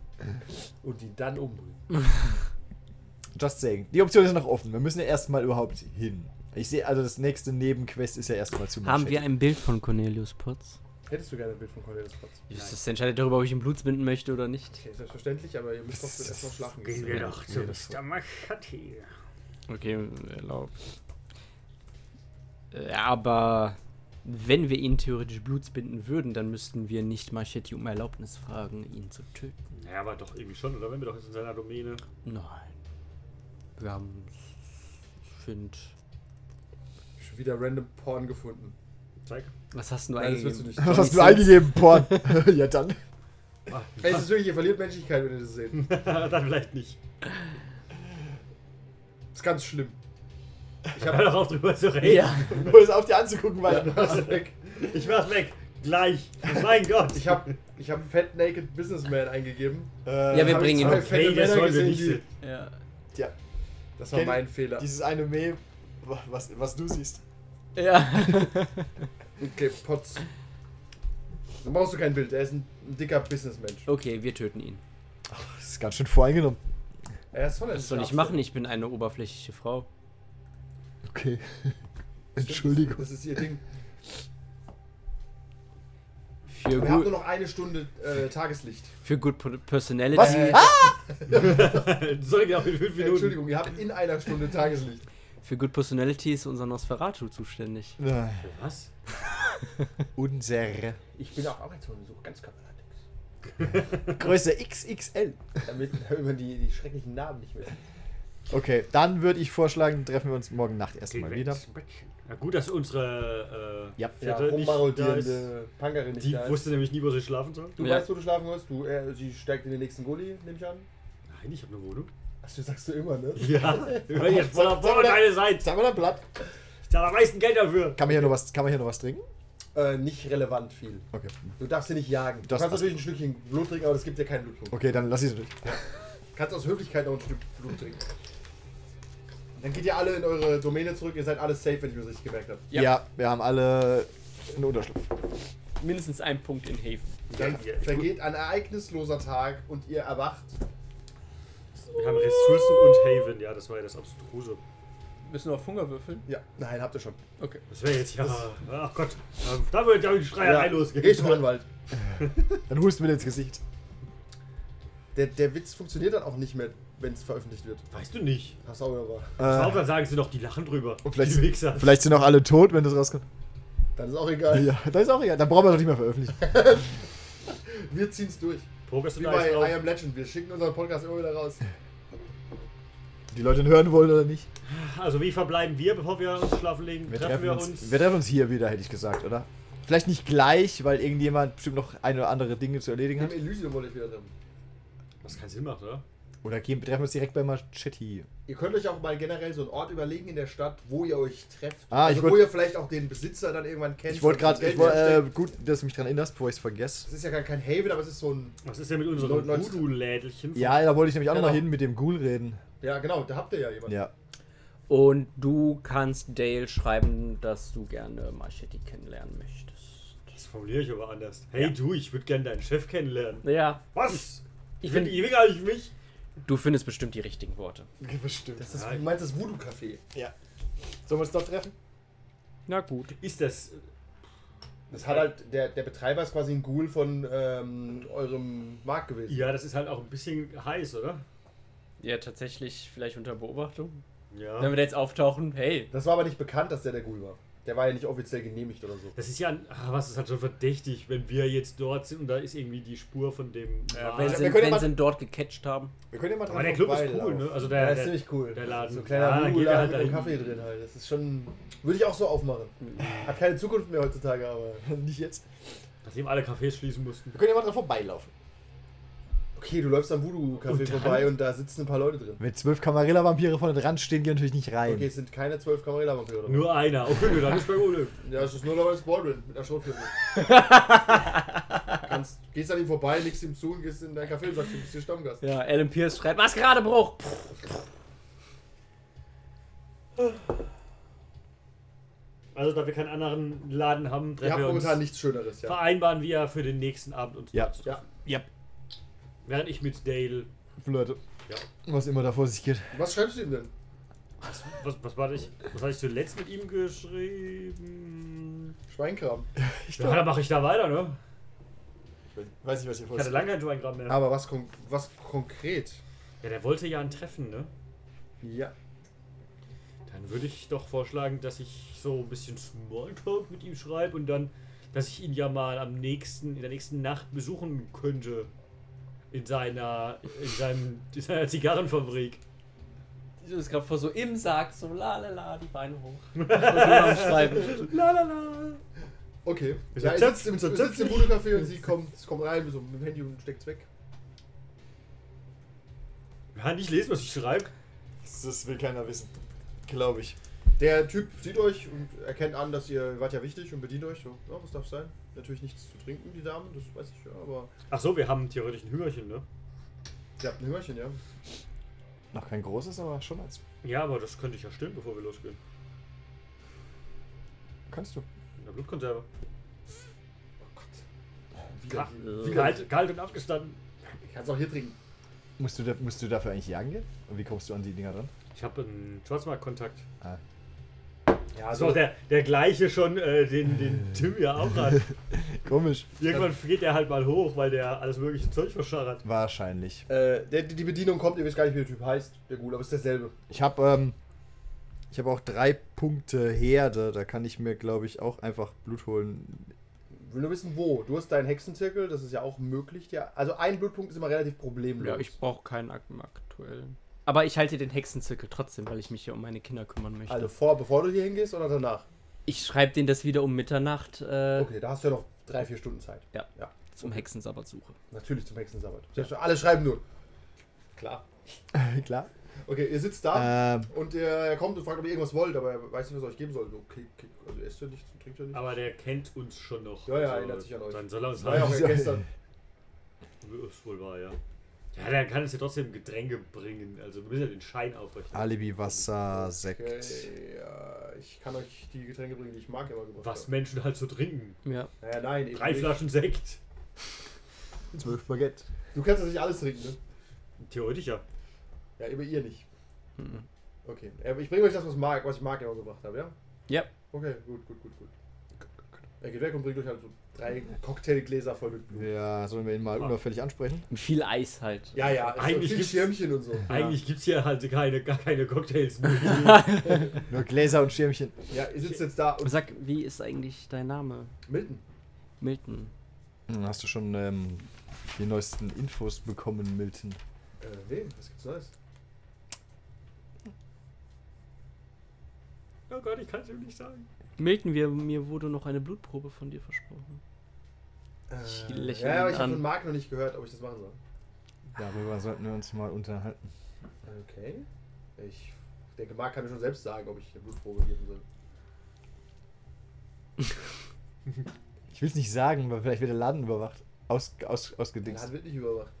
B: Und ihn dann umbringen.
D: Just saying. Die Option ist noch offen. Wir müssen ja erstmal überhaupt hin. Ich sehe, also das nächste Nebenquest ist ja erstmal zu
E: Haben
D: Machete.
E: wir ein Bild von Cornelius Potts?
B: Hättest du gerne ein Bild von Cornelius Potts?
E: Das entscheidet darüber, ob ich ihn blutsbinden möchte oder nicht.
B: Okay, selbstverständlich, aber ihr müsst trotzdem erstmal schlafen
C: Oh, Gehen
B: gehen.
C: wir doch zu Mr. Machati.
E: Okay, erlaubt. Äh, Aber wenn wir ihn theoretisch blutsbinden würden, dann müssten wir nicht Marchetti um Erlaubnis fragen, ihn zu töten.
C: Naja, aber doch irgendwie schon, oder? Wenn wir doch jetzt in seiner Domäne.
E: Nein. Wir haben. Ich finde.
B: Schon wieder random Porn gefunden.
C: Zeig.
E: Was hast du
B: Nein, das willst du
E: eigentlich?
B: nicht.
E: [LAUGHS]
D: Was hast du
E: Johnny
D: eingegeben, Porn? [LAUGHS] ja, dann.
B: [LAUGHS] Ey, es ist wirklich, ihr verliert Menschlichkeit, wenn ihr das
C: Hm.
B: seht.
C: Ah. [LAUGHS] Dann vielleicht nicht.
B: Das ist ganz schlimm.
C: Ich habe doch auf drüber zu reden.
E: Ja.
D: Nur es auf dir anzugucken, weil.
B: Du hast weg.
C: Ich mach's weg. Gleich. Oh Mein Gott.
B: Ich habe ich hab Fat Naked Businessman eingegeben.
D: Äh,
E: Ja, wir
B: Hab ich
E: bringen ihn
B: zwei
E: um.
B: fette
C: Hey, das
B: Männer
C: sollen wir
B: gesehen,
C: nicht
B: die-
C: sehen.
E: Ja.
D: Tja,
B: Das war
D: Kenn-
B: mein Fehler.
D: dieses eine Meme, wa- was, was du siehst.
E: ja. [LAUGHS]
B: Okay, Potz. Dann brauchst du kein Bild, er ist ein, ein dicker Businessmensch.
E: Okay, wir töten ihn.
D: Das ist ganz schön voreingenommen.
B: Er ist voll
E: Was soll ich machen? Ich bin eine oberflächliche Frau.
D: Okay. [LAUGHS] Entschuldigung.
B: Das ist ihr Ding.
E: Für,
B: Wir haben nur
E: good,
B: noch eine Stunde äh, Tageslicht.
E: für good per- personality. Äh,
D: Was?
B: Ah!
C: [LAUGHS] Soll ich auch in fünf
B: Äh,
C: Minuten.
B: Entschuldigung, ihr habt in einer Stunde Tageslicht.
E: Für good personality ist unser Nosferatu zuständig.
D: Nein.
C: Was?
D: Unsere
B: Ich bin auch Arbeitslosensuche, ganz Alex.
D: Größe XXL.
B: Damit [LAUGHS] man die, die schrecklichen Namen nicht mehr
D: Okay, dann würde ich vorschlagen, treffen wir uns morgen Nacht erstmal
C: Gehen wir
D: wieder.
C: ins Bettchen. Ja, gut, dass unsere äh,
D: Ja.
B: Ja,
C: Vierte nicht da ist.
B: rummarodierende Pangerin nicht
C: Die
B: da ist.
C: wusste nämlich nie, wo sie schlafen soll.
B: Du
E: Ja.
B: weißt, wo du schlafen wirst. Du, äh, sie steigt in den nächsten Gully, nehme ich an.
C: Nein, ich habe eine Wohnung.
B: Ach, du sagst du immer, ne?
C: [LAUGHS] Ja. Wenn ihr
D: Sag-
C: jetzt voller
D: sag mal da-
C: Vorurteile seid,
D: Sag mal ein Blatt.
C: ich zahle am meisten Geld dafür.
D: Kann man hier noch was, kann man hier noch was trinken?
B: Äh, nicht relevant viel.
D: Okay.
B: Du darfst sie nicht jagen. Du
D: Das
B: kannst
D: passt.
B: natürlich ein Schlückchen Blut trinken, aber das gibt dir keinen Blutdruck.
D: Okay, dann lass ich es durch.
B: Du kannst aus Höflichkeit noch ein Stück Blut trinken. Dann geht ihr alle in eure Domäne zurück. Ihr seid alle safe, wenn ich mir das richtig gemerkt habe.
E: Ja.
D: Ja. wir haben alle einen Unterschlupf.
E: Mindestens ein Punkt in Haven.
B: Dann
C: Ja, ja.
B: vergeht ein ereignisloser Tag und ihr erwacht.
C: Wir haben Ressourcen und Haven. Ja, das war ja das Abstruse.
E: Müssen wir auf Hunger würfeln?
B: Ja, nein, habt ihr schon.
E: Okay.
C: Das wäre jetzt ja. Ach Gott. Ähm, Da wird ja die
B: Ah
C: Schreierei losgehen.
B: Geh schon, Anwalt.
D: Dann husten wir ins Gesicht.
B: Der, der Witz funktioniert dann auch nicht mehr, wenn es veröffentlicht wird.
C: Weißt du nicht.
B: Hast du auch immer.
C: Pass auf,
D: Äh,
C: dann sagen sie doch, die lachen drüber.
D: Und vielleicht-
C: die Wichser.
D: vielleicht sind auch alle tot, wenn das rauskommt. Äh,
B: Dann ist auch egal.
D: Ja, das ist auch egal. Dann brauchen wir doch nicht mehr veröffentlichen.
B: Wir ziehen's durch.
C: Pokerst du
B: Wie
C: da
B: bei
C: jetzt
B: I
C: drauf?
B: Am Legend. Wir schicken unseren Podcast immer wieder raus.
D: Die Leute ihn hören wollen oder nicht.
C: Also wie verbleiben wir, bevor wir uns schlafen legen?
D: Wir
C: treffen, wir uns.
D: wir treffen uns hier wieder, hätte ich gesagt, oder? Vielleicht nicht gleich, weil irgendjemand bestimmt noch ein oder andere Dinge zu erledigen
B: Im
D: hat.
B: Elysium wollte ich wieder treffen.
C: Was keinen Sinn macht, oder?
D: Oder gehen, treffen wir uns direkt bei Machetti.
B: Ihr könnt euch auch mal generell so einen Ort überlegen in der Stadt, wo ihr euch trefft.
D: Ah,
B: also
D: ich
B: wo
D: wollt-
B: ihr vielleicht auch den Besitzer dann irgendwann kennt.
D: Ich wollte
B: und das
D: gerade, ich
B: Geld
D: woll-
B: herstellt.
D: äh, gut, dass du mich dran erinnerst, bevor ich es vergesse.
B: Es ist ja gar kein Haven, aber es ist so ein.
C: Was ist denn mit unserem
B: Leute- Leute-
C: Voodoo-Lädelchen?
D: Ja, da wollte ich nämlich auch noch
B: Genau.
D: hin mit dem Ghoul reden.
B: Ja, genau, da habt ihr ja [LAUGHS] jemanden.
D: Ja.
E: Und du kannst Dale schreiben, dass du gerne Marchetti kennenlernen möchtest.
C: Das formuliere ich aber anders. Hey du, ich würde gerne deinen Chef kennenlernen.
E: Ja.
C: Was?
E: Ich
C: Ich finde
E: find,
C: ewig eigentlich mich.
E: du findest bestimmt die richtigen Worte.
D: Bestimmt.
B: Das ist, du meinst das Voodoo-Café.
D: Ja. Sollen wir uns dort treffen?
E: Na gut.
C: Ist das.
B: Das hat halt, der, der Betreiber ist quasi ein Ghoul von ähm, eurem Markt gewesen.
C: Ja, das ist halt auch ein bisschen heiß, oder?
E: Ja, tatsächlich vielleicht unter Beobachtung. Wenn
C: Ja.
E: wir da jetzt auftauchen, hey.
B: Das war aber nicht bekannt, dass der der Ghoul war. Der war ja nicht offiziell genehmigt oder so.
C: Das ist ja, ein, ah, was ist halt schon verdächtig, wenn wir jetzt dort sind und da ist irgendwie die Spur von dem.
B: Ja,
C: Wal.
E: Wenn
B: Ah, wir
E: sie,
B: können ja
E: wenn
B: mal-
E: sie ihn dort gecatcht haben.
B: Wir können ja mal dran
C: aber der Club ist cool,
B: vorbeilaufen.
C: ne? Also
B: Ja,
C: der,
B: ist
C: der,
B: ziemlich cool.
C: der Laden.
B: So ein
C: Ja,
B: kleiner
C: dann
B: ja,
C: geht er
B: Ruheladen
C: halt
B: mit einem
C: dahin.
B: Kaffee drin halt. Das ist schon. Würde ich auch so aufmachen. Hat keine Zukunft mehr heutzutage, aber. [LAUGHS]
D: Nicht jetzt.
C: Nachdem alle Cafés schließen mussten.
D: Wir können ja mal dran vorbeilaufen.
B: Okay, du läufst am Voodoo-Café
C: Und dann-
B: vorbei und da sitzen ein paar Leute drin.
D: Wenn zwölf Camarilla-Vampire vorne dran stehen, gehen natürlich nicht rein.
B: Okay, es sind keine zwölf Kameralavampire oder
C: Nur einer. Okay, dann ist kein Problem.
B: was? Ja, es ist nur Lawrence Baldwin mit einer
C: [LAUGHS]
B: Schrotflinte. Kannst, gehst an ihm vorbei, legst ihm zu und gehst in dein Café und sagst, du bist hier Stammgast.
E: Ja, Alan Pierce schreibt Maskeradebruch. Pff,
C: Also, da wir keinen anderen Laden haben,
B: Ihr
C: treffen
B: habt
C: wir uns.
B: momentan nichts Schöneres, ja.
C: Vereinbaren wir für den nächsten Abend uns
D: Ja.
C: dort zu treffen.
D: Ja.
C: Während ich mit Dale.
D: Leute.
C: Ja.
D: Was immer da vor sich geht.
B: Was schreibst du ihm denn?
C: Was, was, was war ich? Was hatte ich zuletzt mit ihm geschrieben?
B: Schweinkram.
C: Ja, dann mache ich da weiter, ne?
D: Weiß nicht, was ihr
C: Ich hatte lange kein Joingramm mehr.
B: ne? Aber was, kon was konkret?
C: Ja, der wollte ja ein Treffen, ne?
B: Ja.
C: Dann würde ich doch vorschlagen, dass ich so ein bisschen Smalltalk mit ihm schreibe und dann, dass ich ihn ja mal am nächsten, in der nächsten Nacht besuchen könnte. In seiner, in seinem, in seiner Zigarrenfabrik.
E: Ich ist gerade vor so im Sarg, so lalala, die Beine hoch. [LAUGHS] Was wir am Schreiben.
C: Lalala.
B: Okay.
C: Ist
B: Ja,
C: er
B: ihr
C: Zöpf-
B: sitzt im,
C: ist er
B: ihr sitzt im
C: Zöpfchen?
B: Voodoo-Café und sie kommt, es kommt rein mit so einem Handy und steckt's weg.
C: Kann ich lesen, was ich schreibe?
D: Das will keiner wissen. Glaube ich.
B: Der Typ sieht euch und erkennt an, dass ihr wart ja wichtig und bedient euch. So, ja, was darf sein? Natürlich nichts zu trinken, die Damen, das weiß ich ja, aber.
C: Ach so, wir haben theoretisch ein Hüngerchen, ne?
B: Ihr habt ein Hörchen, ja.
D: Noch kein großes, aber schon eins.
C: Ja, aber das könnte ich ja stillen, bevor wir losgehen.
D: Kannst du.
C: In der Blutkonserve.
B: Oh Gott.
C: Ka
B: Wieder.
C: kalt, kalt und abgestanden.
B: Ich kann's auch hier trinken.
D: Musst du, da, musst du dafür eigentlich jagen gehen? Und wie kommst du an die Dinger ran?
C: Ich habe einen Schwarzmarktkontakt.
D: Ah.
B: Ja,
C: Das war auch der, der gleiche schon, Also äh, den, den Tim ja auch hat. [LAUGHS]
D: Komisch.
C: Irgendwann geht er halt mal hoch, weil der alles mögliche Zeug verscharrt.
D: Wahrscheinlich.
B: Äh, der, die Bedienung kommt, ihr wisst gar nicht, wie der Typ heißt. Der Ghoul, aber ist derselbe.
D: Ich habe ähm, ich habe auch drei Punkte Herde. Da kann ich mir, glaube ich, auch einfach Blut holen. [LAUGHS]
B: Will nur wissen, wo. Du hast deinen Hexenzirkel, das ist ja auch möglich. Ja. Also ein Blutpunkt ist immer relativ problemlos.
E: Ja, ich brauche keinen ak- aktuellen. Aber ich halte den Hexenzirkel trotzdem, weil ich mich hier um meine Kinder kümmern möchte.
B: also vor, bevor du hier hingehst oder danach?
E: Ich schreibe denen das wieder um Mitternacht äh,
B: Okay, da hast du ja noch drei, vier Stunden Zeit.
E: Ja.
B: ja.
E: zum Hexensabbatsuche.
B: Natürlich zum Hexensabbat. Selbst alle schreiben nur. Klar.
D: Klar.
B: Okay, ihr sitzt da.
D: Ähm,
B: Und er, er kommt und fragt, ob ihr irgendwas wollt, aber er weiß nicht, was er euch geben soll. Okay, okay, also esst ihr nichts und trinkt ihr nichts.
C: Aber der kennt uns schon noch. Also,
B: Ja, ja, erinnert sich an euch.
C: Dann soll er uns
B: War
C: [LAUGHS]
B: ja auch
C: halt.
B: erst gestern.
C: Ist wohl wahr, ja. Ja, der kann uns ja trotzdem Getränke bringen. Also wir müssen ja den Schein aufrechnen.
D: Alibi,
C: Ah,
D: Wasser, Sekt.
B: Okay, ja, ich kann euch die Getränke bringen, die ich mag immer gemacht
C: Was
B: habe.
C: Menschen halt so trinken.
E: Ja.
B: Naja, nein, eben
C: Drei
B: nicht.
C: Flaschen Sekt.
D: Zwölf Baguette.
B: Du kannst natürlich alles trinken, ne?
C: Theoretisch ja.
B: Ja, über ihr nicht.
E: Mhm.
B: Okay. Ja, aber Ich bringe euch das, was, mag, was ich mag immer gemacht habe, ja?
E: Ja.
B: Okay, gut, gut, gut, gut. Er geht weg und bringt euch halt so drei Cocktailgläser voll mit Blut.
D: Ja, sollen wir ihn mal
C: Ah.
D: unauffällig ansprechen?
E: Und viel Eis halt.
B: Ja, ja, es
C: Eigentlich
B: viel
C: gibt's-
B: Schirmchen und so.
C: Eigentlich gibt's hier halt keine, gar keine Cocktails mehr.
D: Nur Gläser und Schirmchen.
B: Ja, ihr sitzt jetzt da und
E: Sag, wie ist eigentlich dein Name?
B: Milton.
E: Milton.
D: Hm, Hast du schon ähm, die neuesten Infos bekommen, Milton?
B: Äh, nee, was gibt's Neues?
C: Oh Gott, ich kann's ihm nicht sagen.
E: Milton, wir, mir wurde noch eine Blutprobe von dir versprochen. Ich
B: Äh,
E: lächle
B: ja, aber
E: ihn
B: ich habe
E: an.
B: von Marc noch nicht gehört, ob ich das machen soll.
D: Darüber sollten wir uns mal unterhalten.
B: Okay. Ich denke, Marc kann mir schon selbst sagen, ob ich eine Blutprobe geben soll.
D: Ich will es nicht sagen, weil vielleicht wird der Laden überwacht. Aus, aus,
B: Den
D: ausgedingst.
B: Hand wird nicht überwacht.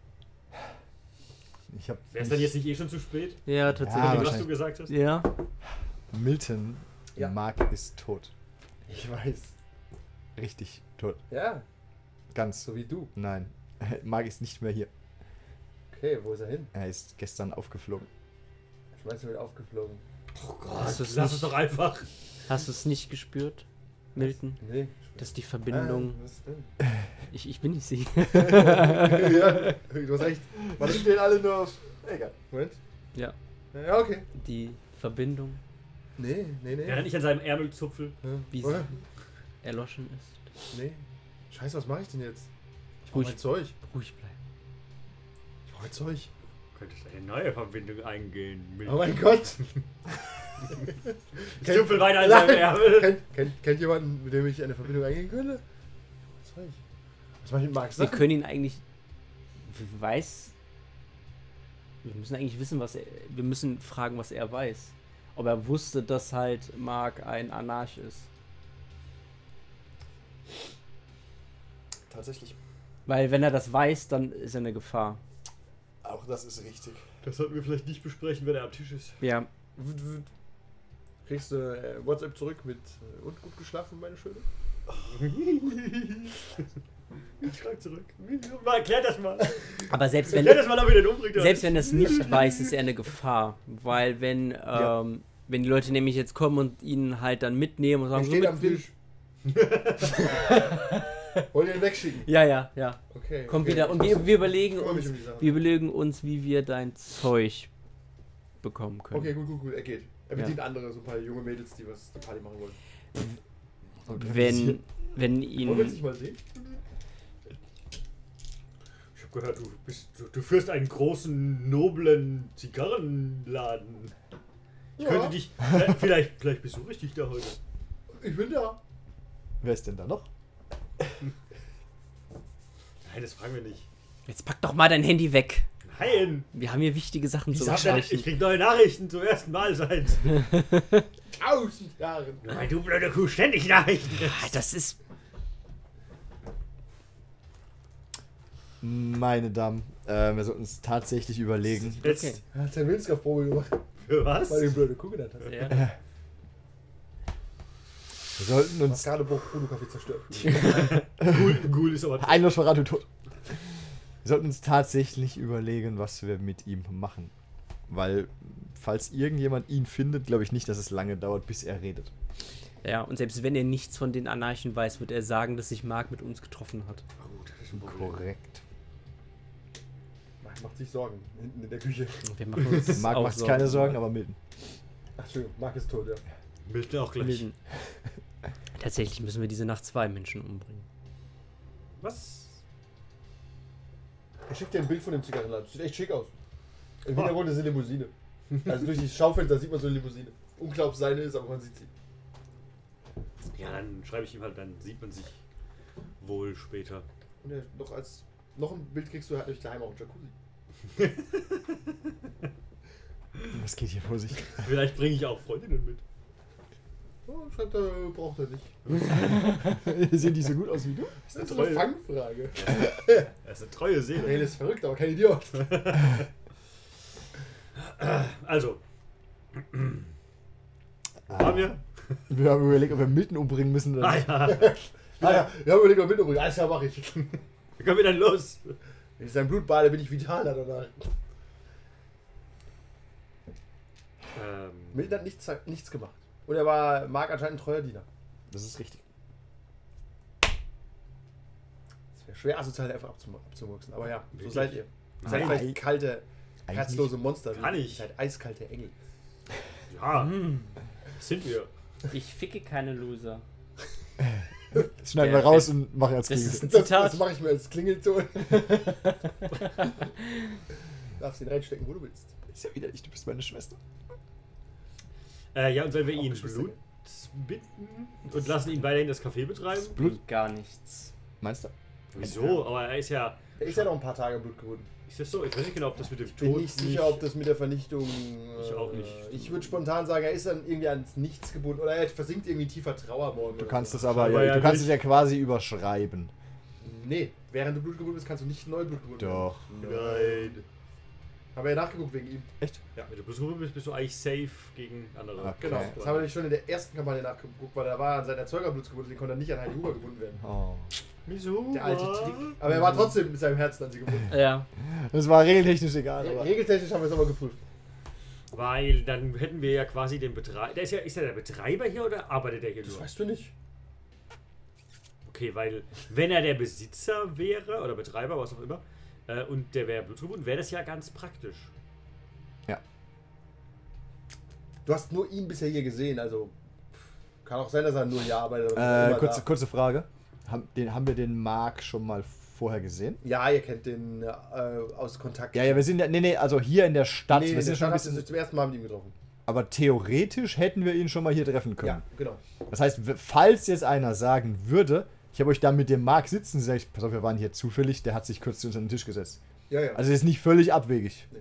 D: Ich hab
C: Wäre es dann jetzt nicht eh schon zu spät?
E: Ja,
D: Ah,
C: mit dem,
E: tatsächlich.
C: was du
D: wahrscheinlich.
C: gesagt hast?
E: Ja.
D: Milton,
B: Ja.
D: Mark ist tot.
B: Ich weiß.
D: Richtig tot.
B: Ja,
D: Ganz so.
B: so wie du.
D: Nein. [LAUGHS] Mark ist nicht mehr hier.
B: Okay, wo ist er hin?
D: Er ist gestern aufgeflogen.
B: Ich weiß, er wird aufgeflogen.
C: Oh Gott,
E: Hast du's
C: lass
E: nicht?
C: es doch einfach.
E: Hast du es nicht gespürt, Milton?
B: Nee. Ah,
E: Dass die Verbindung.
B: was denn? [LAUGHS]
E: Ich, ich bin nicht sie. [LAUGHS]
B: ja, du hast recht. Was sind denn alle nur auf. Egal. Moment.
E: ja,
B: Ja, okay.
E: die Verbindung
B: Nee, nee, nee.
C: Während ich an seinem Ärmel zupfel.
B: Ja.
E: wie
B: Oder?
E: sie erloschen ist.
B: Nee. Scheiße, was mache ich denn jetzt? Ich brauche
E: Ruhig.
B: mein Zeug.
E: Ruhig bleiben.
B: Ich brauche mein Zeug.
C: Könnte ich eine neue Verbindung eingehen? Milch.
B: Oh mein
F: [LAUGHS]
B: Gott.
C: Ich zupfel weiter an
B: Nein.
C: seinem Ärmel.
B: kennt, kennt, kennt jemanden, mit dem ich eine Verbindung eingehen könnte? Was soll ich? Was mache ich mit Marx?
E: Wir können ihn eigentlich. w- Weiß. Wir müssen eigentlich wissen, was er. Wir müssen fragen, was er weiß. Ob er wusste, dass halt Mark ein Anarch ist.
F: Tatsächlich.
E: Weil wenn er das weiß, dann ist er eine Gefahr.
F: Auch das ist richtig.
C: Das sollten wir vielleicht nicht besprechen, wenn er am Tisch ist.
E: Ja.
B: Kriegst du äh, WhatsApp zurück mit äh, und gut geschlafen, meine Schöne?
C: Ich schreib zurück. Mal, erklär das mal.
E: Aber selbst wenn.
C: Erklär das mal, ob ihr den umbringt. oder
E: Selbst
C: nicht.
E: wenn er es nicht weiß, ist er eine Gefahr. Weil wenn, ähm, wenn die Leute nämlich jetzt kommen und ihn halt dann mitnehmen und
B: Er
E: sagen, so
B: steht am
E: mit,
B: Tisch. [LAUGHS] Wollt ihr ihn wegschicken?
E: ja, ja, ja,
B: Okay.
E: kommt
B: okay.
E: wieder. Und wir, wir, überlegen
B: kümmere mich
E: uns,
B: um die Sache.
E: wir überlegen uns, wie wir dein Zeug bekommen können.
B: Okay, gut, gut, gut, er geht. Er
E: Ja.
B: bedient andere, so ein paar junge Mädels, die was die Party machen wollen.
E: Wenn, wenn
B: Wollen wir uns nicht
E: ihn...
B: mal sehen?
C: Ich hab gehört, du, bist, du, du führst einen großen, noblen Zigarrenladen. Ich
B: Ja.
C: könnte dich. Vielleicht, vielleicht, vielleicht besuche ich dich da heute.
B: Ich bin da.
D: Wer ist denn da noch?
C: Nein, das fragen wir nicht.
E: Jetzt pack doch mal dein Handy weg.
C: Nein!
E: Wir haben hier wichtige Sachen zu
C: Ich, hab, ich
E: besprechen.
C: krieg neue Nachrichten zum ersten Mal seit.
B: Tausend Jahre.
C: Nein, du blöde Kuh, ständig Nachrichten.
E: Ah, Das ist...
D: Meine Damen, äh, wir sollten uns tatsächlich überlegen.
C: Jetzt.
E: Okay.
B: Er hat seine Willenskraftprobe gemacht,
C: Für was?
B: weil du ihn blöde Kuh genannt hast.
E: Ja.
D: Wir sollten
B: Was
D: uns.
B: gerade Bruno-Kaffee zerstört.
E: [LAUGHS]
C: Ghoul, Ghoul ist aber.
D: Einlass verraten, tot. Wir sollten uns tatsächlich überlegen, was wir mit ihm machen. Weil, falls irgendjemand ihn findet, glaube ich nicht, dass es lange dauert, bis er redet.
E: ja, und selbst wenn er nichts von den Anarchen weiß, wird er sagen, dass sich Mark mit uns getroffen hat.
D: Korrekt.
B: Marc macht sich Sorgen. Hinten in der Küche.
E: Wir machen uns
D: Marc
E: auch
D: macht sich keine Sorgen, aber Milton.
B: Ach, Entschuldigung, Marc ist tot, ja.
C: Milton auch gleich.
E: Milden. Tatsächlich müssen wir diese Nacht zwei Menschen umbringen.
C: Was?
B: Er schickt dir ein Bild von dem Zigarrenladen. Sieht echt schick aus. Im Hintergrund ist eine Limousine. Also durch die Schaufenster sieht man so eine Limousine. Unglaublich seine ist, aber man sieht sie.
C: Ja, dann schreibe ich ihm halt, dann sieht man sich wohl später.
B: Und er, noch als noch ein Bild kriegst du halt durch daheim auch einen Jacuzzi.
D: Was geht hier vor sich?
C: Vielleicht bringe ich auch Freundinnen mit.
B: Oh, schreibt er, braucht er nicht.
D: [LAUGHS] Sehen die so gut aus wie du?
B: Das ist eine Fangfrage.
C: Er ist eine treue Seele.
B: Rene ist verrückt, aber kein Idiot.
C: Also. Wo waren wir?
D: Wir haben überlegt, ob wir Milton
B: um-
D: umbringen müssen oder
C: Ah
D: nicht.
C: ja.
B: Ah ja, wir haben überlegt, ob mit Alles klar, Ah, mach ich.
C: Wie kommen wir dann los?
B: Wenn ich sein Blut bade, bin ich vitaler danach.
C: Ähm,
B: Milton hat nichts, nichts gemacht. Und er war Marc anscheinend ein treuer Diener.
D: Das ist richtig.
B: Es wäre schwer, asozial einfach abzum- abzumurksen. Aber ja, so
C: Wirklich?
B: seid ihr. Ihr seid
C: Nein.
B: vielleicht kalte,
D: Eigentlich
B: herzlose Monster.
C: Gar
B: Ihr
C: nicht.
B: seid eiskalte Engel.
C: ja,
B: Hm.
C: sind wir.
E: Ich ficke keine Loser.
D: Das schneiden wir raus und machen als
E: Das ist
D: Krieg.
E: ein Zitat.
B: Das mache ich mir als Klingelton. darfst ihn reinstecken, wo du willst.
D: ist ja widerlich, du bist meine Schwester.
C: Äh, ja, und wenn wir
B: Auch
C: ihn
B: Geschwister,
C: Blut binden und lassen ihn weiterhin das Café betreiben?
E: Blut gar nichts.
D: Meinst du?
C: Wieso? Aber er ist ja.
B: Der ist ja noch ein paar Tage im Blut geworden.
C: Ist das so? Ich weiß nicht genau, ob das mit dem
B: Bin
C: Tod.
B: nicht sicher, ob das mit der Vernichtung.
C: Ich
B: äh,
C: auch nicht.
B: Ich würde spontan sagen, er ist dann irgendwie ans Nichts gebunden. Oder er versinkt irgendwie in tiefer Trauer morgen.
D: Du kannst es aber,
C: Aber
D: ja,
C: ja
D: du kannst
C: nicht.
D: es ja quasi überschreiben.
B: Nee, während du Blut gebunden bist, kannst du nicht neu Blut gebunden
D: Doch.
C: Nein.
B: Haben wir ja nachgeguckt wegen ihm.
C: Ja, wenn du Blutgruppe bist, bist du eigentlich safe gegen andere.
D: Okay.
B: Genau,
D: Ja.
B: das haben wir nämlich schon in der ersten Kampagne nachgeguckt, weil er war an seinen Erzeugerblut gebunden, den konnte er nicht an Heidi Huber gebunden werden.
D: Oh.
C: Wieso?
B: Der alte Trick. Aber er war trotzdem mit seinem Herzen an sie gebunden.
E: Ja.
D: Das war regeltechnisch egal,
B: Re-
D: aber.
B: Regeltechnisch haben wir es aber geprüft.
C: Weil dann hätten wir ja quasi den Betreiber. Ist, ja, ist ja der Betreiber hier oder arbeitet er hier
B: Das
C: nur?
B: weißt du nicht.
C: Okay, weil wenn er der Besitzer wäre oder Betreiber, was auch immer, äh, und der wäre Bluttribun, wäre das ja ganz praktisch.
B: Du hast nur ihn bisher hier gesehen, also pff, kann auch sein, dass er nur hier arbeitet. aber
D: Äh,
B: immer
D: kurze,
B: da.
D: kurze Frage. Haben, den, haben wir den Mark schon mal vorher gesehen?
B: Ja, ihr kennt den äh, aus Kontakt.
D: Ja, ja, wir sind ja. Nee, nee, also hier in der Stadt.
B: nee,
D: wir sind
B: der
D: schon ein
B: Stadt hast du
D: bisschen,
B: sich zum ersten Mal mit ihm getroffen.
D: aber theoretisch hätten wir ihn schon mal hier treffen können.
B: Ja, genau.
D: Das heißt, w- falls jetzt einer sagen würde, ich habe euch da mit dem Mark sitzen, sage ich, pass auf, wir waren hier zufällig, der hat sich kurz zu uns an den Tisch gesetzt.
B: Ja, ja.
D: Also ist nicht völlig abwegig.
B: Nee.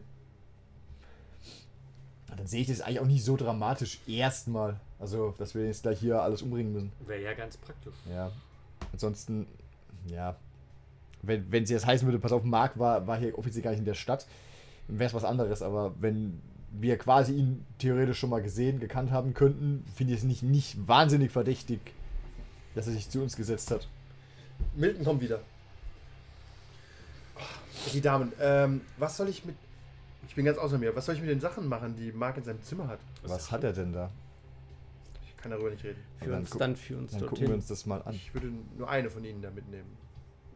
D: Na, Dann sehe ich das eigentlich auch nicht so dramatisch erstmal. Also, dass wir jetzt gleich hier alles umbringen müssen.
C: Wäre ja ganz praktisch.
D: Ja. Ansonsten, ja. Wenn, wenn sie jetzt heißen würde, pass auf, Mark war, war hier offiziell gar nicht in der Stadt, wäre es was anderes. Aber wenn wir quasi ihn theoretisch schon mal gesehen, gekannt haben könnten, finde ich es nicht, nicht wahnsinnig verdächtig, dass er sich zu uns gesetzt hat.
B: Milton kommt wieder. Die Damen, ähm, was soll ich mit. Ich bin ganz außer mir. Was soll ich mit den Sachen machen, die Mark in seinem Zimmer hat?
D: Was, hat er denn da?
B: Ich kann darüber nicht reden.
E: Für
D: dann
E: uns
D: guck-
E: dann für uns
D: Dann gucken wir
E: dorthin.
D: uns das mal an.
B: Ich würde nur eine von ihnen da mitnehmen.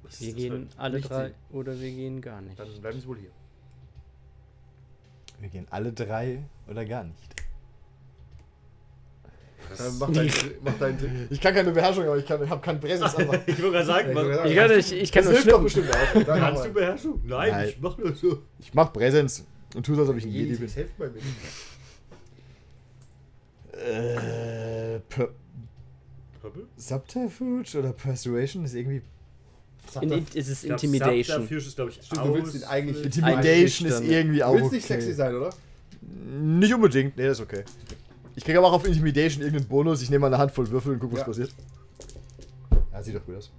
C: Was
E: Wir
C: ist das halt für
E: gehen
C: ein-
E: alle
B: Nicht
E: drei oder wir gehen gar nicht.
B: Dann bleiben sie wohl
D: [LAUGHS]
B: hier.
D: Wir gehen alle drei oder gar nicht.
B: Dann mach deinen, mach deinen Trick.
D: Ich kann keine Beherrschung, aber ich, kann- ich habe keinen Präsenz. aber-
C: [LAUGHS] Ich wollte gerade sagen, man,
E: Ich kann, ich, ich kann nur
B: [LAUGHS]
E: schnippen.
D: bestimmt auch.
B: Dann
C: kannst
B: kannst
C: du Beherrschung? Nein, ich mach nur so.
D: [LAUGHS] Ich mach Präsenz und tu so, als ob ich ein Jedi bin.
B: Jedis, helft mal mit.
D: Äh, per
C: Pöbel?
D: Subterfuge oder Persuasion ist irgendwie.
E: In, ist es
C: Ich glaub,
E: Intimidation?
C: Subterfuge ist, glaube ich,
B: Stimmt, du willst ihn eigentlich.
D: Intimidation ist
E: Einschüchtern.
D: irgendwie
B: Du
D: auch.
B: willst
D: okay.
B: nicht sexy sein, oder?
D: Nicht unbedingt, nee, das ist okay. Ich krieg aber auch auf Intimidation irgendeinen Bonus. Ich nehme mal eine Handvoll Würfel und guck, was
B: Ja.
D: passiert. Ja, sieht doch gut aus.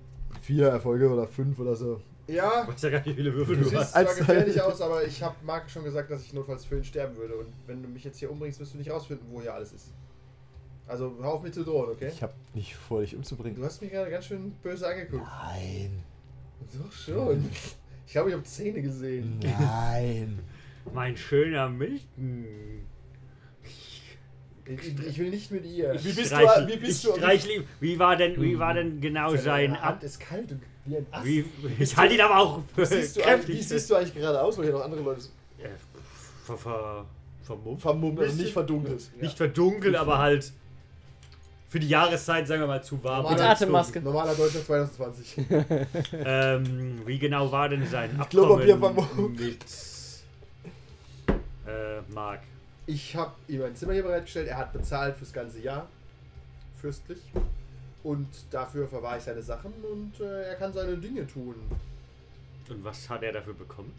D: Vier Erfolge oder fünf oder so.
B: Ja,
C: Ich weiß ja gar nicht, wie viele Würfel
B: Du
C: du
B: siehst
C: hast.
B: zwar
D: Als-
B: gefährlich aus, aber ich habe Marc schon gesagt, dass ich notfalls für ihn sterben würde. Und wenn du mich jetzt hier umbringst, wirst du nicht rausfinden, wo hier alles ist. Also hör auf mich zu drohen, okay?
D: Ich hab nicht vor, dich umzubringen.
B: Du hast mich gerade ganz schön böse angeguckt.
D: Nein.
B: Doch schon. Ich glaube, ich habe Zähne gesehen.
D: Nein.
C: Mein schöner Milton.
B: Ich, ich will nicht mit ihr.
C: Ich
D: bist du-
C: streichle-
D: wie bist
C: ich
D: du-
C: streichle ihm. Wie war denn, wie war denn genau sein
B: Deine Hand
C: Ab...
B: ist kalt und wie ein Ast.
C: Wie, ich halte ihn aber auch
D: [LAUGHS]
C: für
D: Siehst du, wie
C: kräftig.
D: siehst du eigentlich gerade aus, weil hier noch andere Leute sind?
C: Äh, ver, ver, vermummt?
D: vermummt, also nicht verdunkelt.
B: Ja.
C: Nicht verdunkelt, aber halt für die Jahreszeit, sagen wir mal, zu warm.
B: Mit
E: Atemmaske.
B: Normaler Deutscher 2020.
C: Ähm, wie genau war denn sein
D: Klopapier
C: Abkommen
D: vermummt.
C: mit äh, Mark?
B: Ich habe ihm ein Zimmer hier bereitgestellt. Er hat bezahlt fürs ganze Jahr. Fürstlich. Und dafür verwahr ich seine Sachen und äh, er kann seine Dinge tun.
C: Und was hat er dafür bekommen?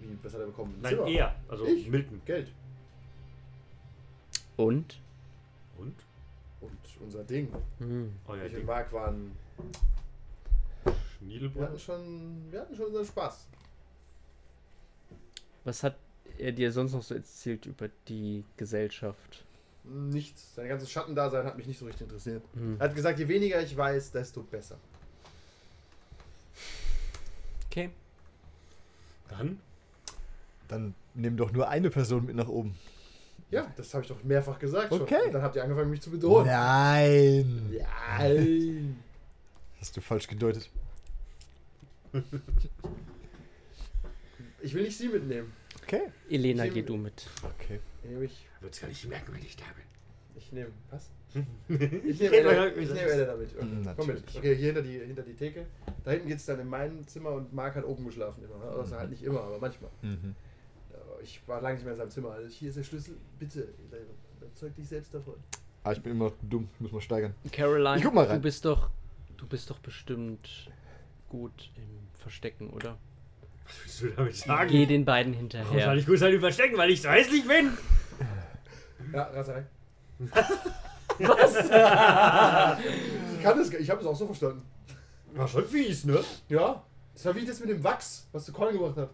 B: Wie, was hat er bekommen? Ein
C: Nein,
B: Zimmer.
C: er, also
B: Ich?
C: Milton.
B: Geld.
E: Und?
C: Und? Oh
B: Und unser Ding.
E: Hm.
C: Euer
B: ich und
C: Ding.
B: Marc waren. Wir hatten
C: Schniedelbrot?
B: schon, wir hatten schon unseren Spaß.
E: Was hat er dir sonst noch so erzählt über die Gesellschaft?
B: Nichts. Sein ganzes Schattendasein hat mich nicht so richtig interessiert.
E: Hm.
B: Er hat gesagt, je weniger ich weiß, desto besser.
E: Okay.
C: Dann?
D: Dann nimm doch nur eine Person mit nach oben.
B: Ja, das habe ich doch mehrfach gesagt schon.
D: Okay.
B: Und dann habt ihr angefangen, mich zu bedrohen.
D: Nein.
B: Ja.
D: Hast du falsch gedeutet.
B: Ich will nicht sie mitnehmen.
D: Okay.
E: Elena,
B: Ich-
E: geh du mit.
D: Okay.
B: Nehme ich.
C: Er wird es gar nicht merken, wenn ich da bin.
B: Ich nehme. Was? Ich nehme
C: Red doch
B: Elle,
C: irgendwie
B: ich nehme
C: selbst.
B: Elle damit. Okay,
D: Mm,
B: komm mit.
D: natürlich.
B: Okay, hier hinter die, hinter die Theke. Da hinten geht es dann in mein Zimmer und Marc hat oben geschlafen immer. Ne? Also halt nicht immer, aber manchmal.
D: Mhm.
B: Aber Ich war lange nicht mehr in seinem Zimmer. Also hier ist der Schlüssel. Bitte, überzeug dich selbst davon.
D: Ah, ich bin immer noch dumm. Ich muss mal steigern.
E: Caroline,
D: Ich guck mal
E: du
D: rein.
E: bist doch. Du bist doch bestimmt gut im Verstecken, oder?
C: Was willst du damit sagen?
E: Geh den beiden
C: Warum soll
E: hinterher.
C: ich gut sein, die verstecken, weil ich so hässlich bin?
B: Ja, Rasserei. [LAUGHS]
E: Was?
B: Ich kann das, ich habe es auch so verstanden.
C: War schon fies, ne?
B: Ja. Das war wie das mit dem Wachs, was du Colin gemacht hat.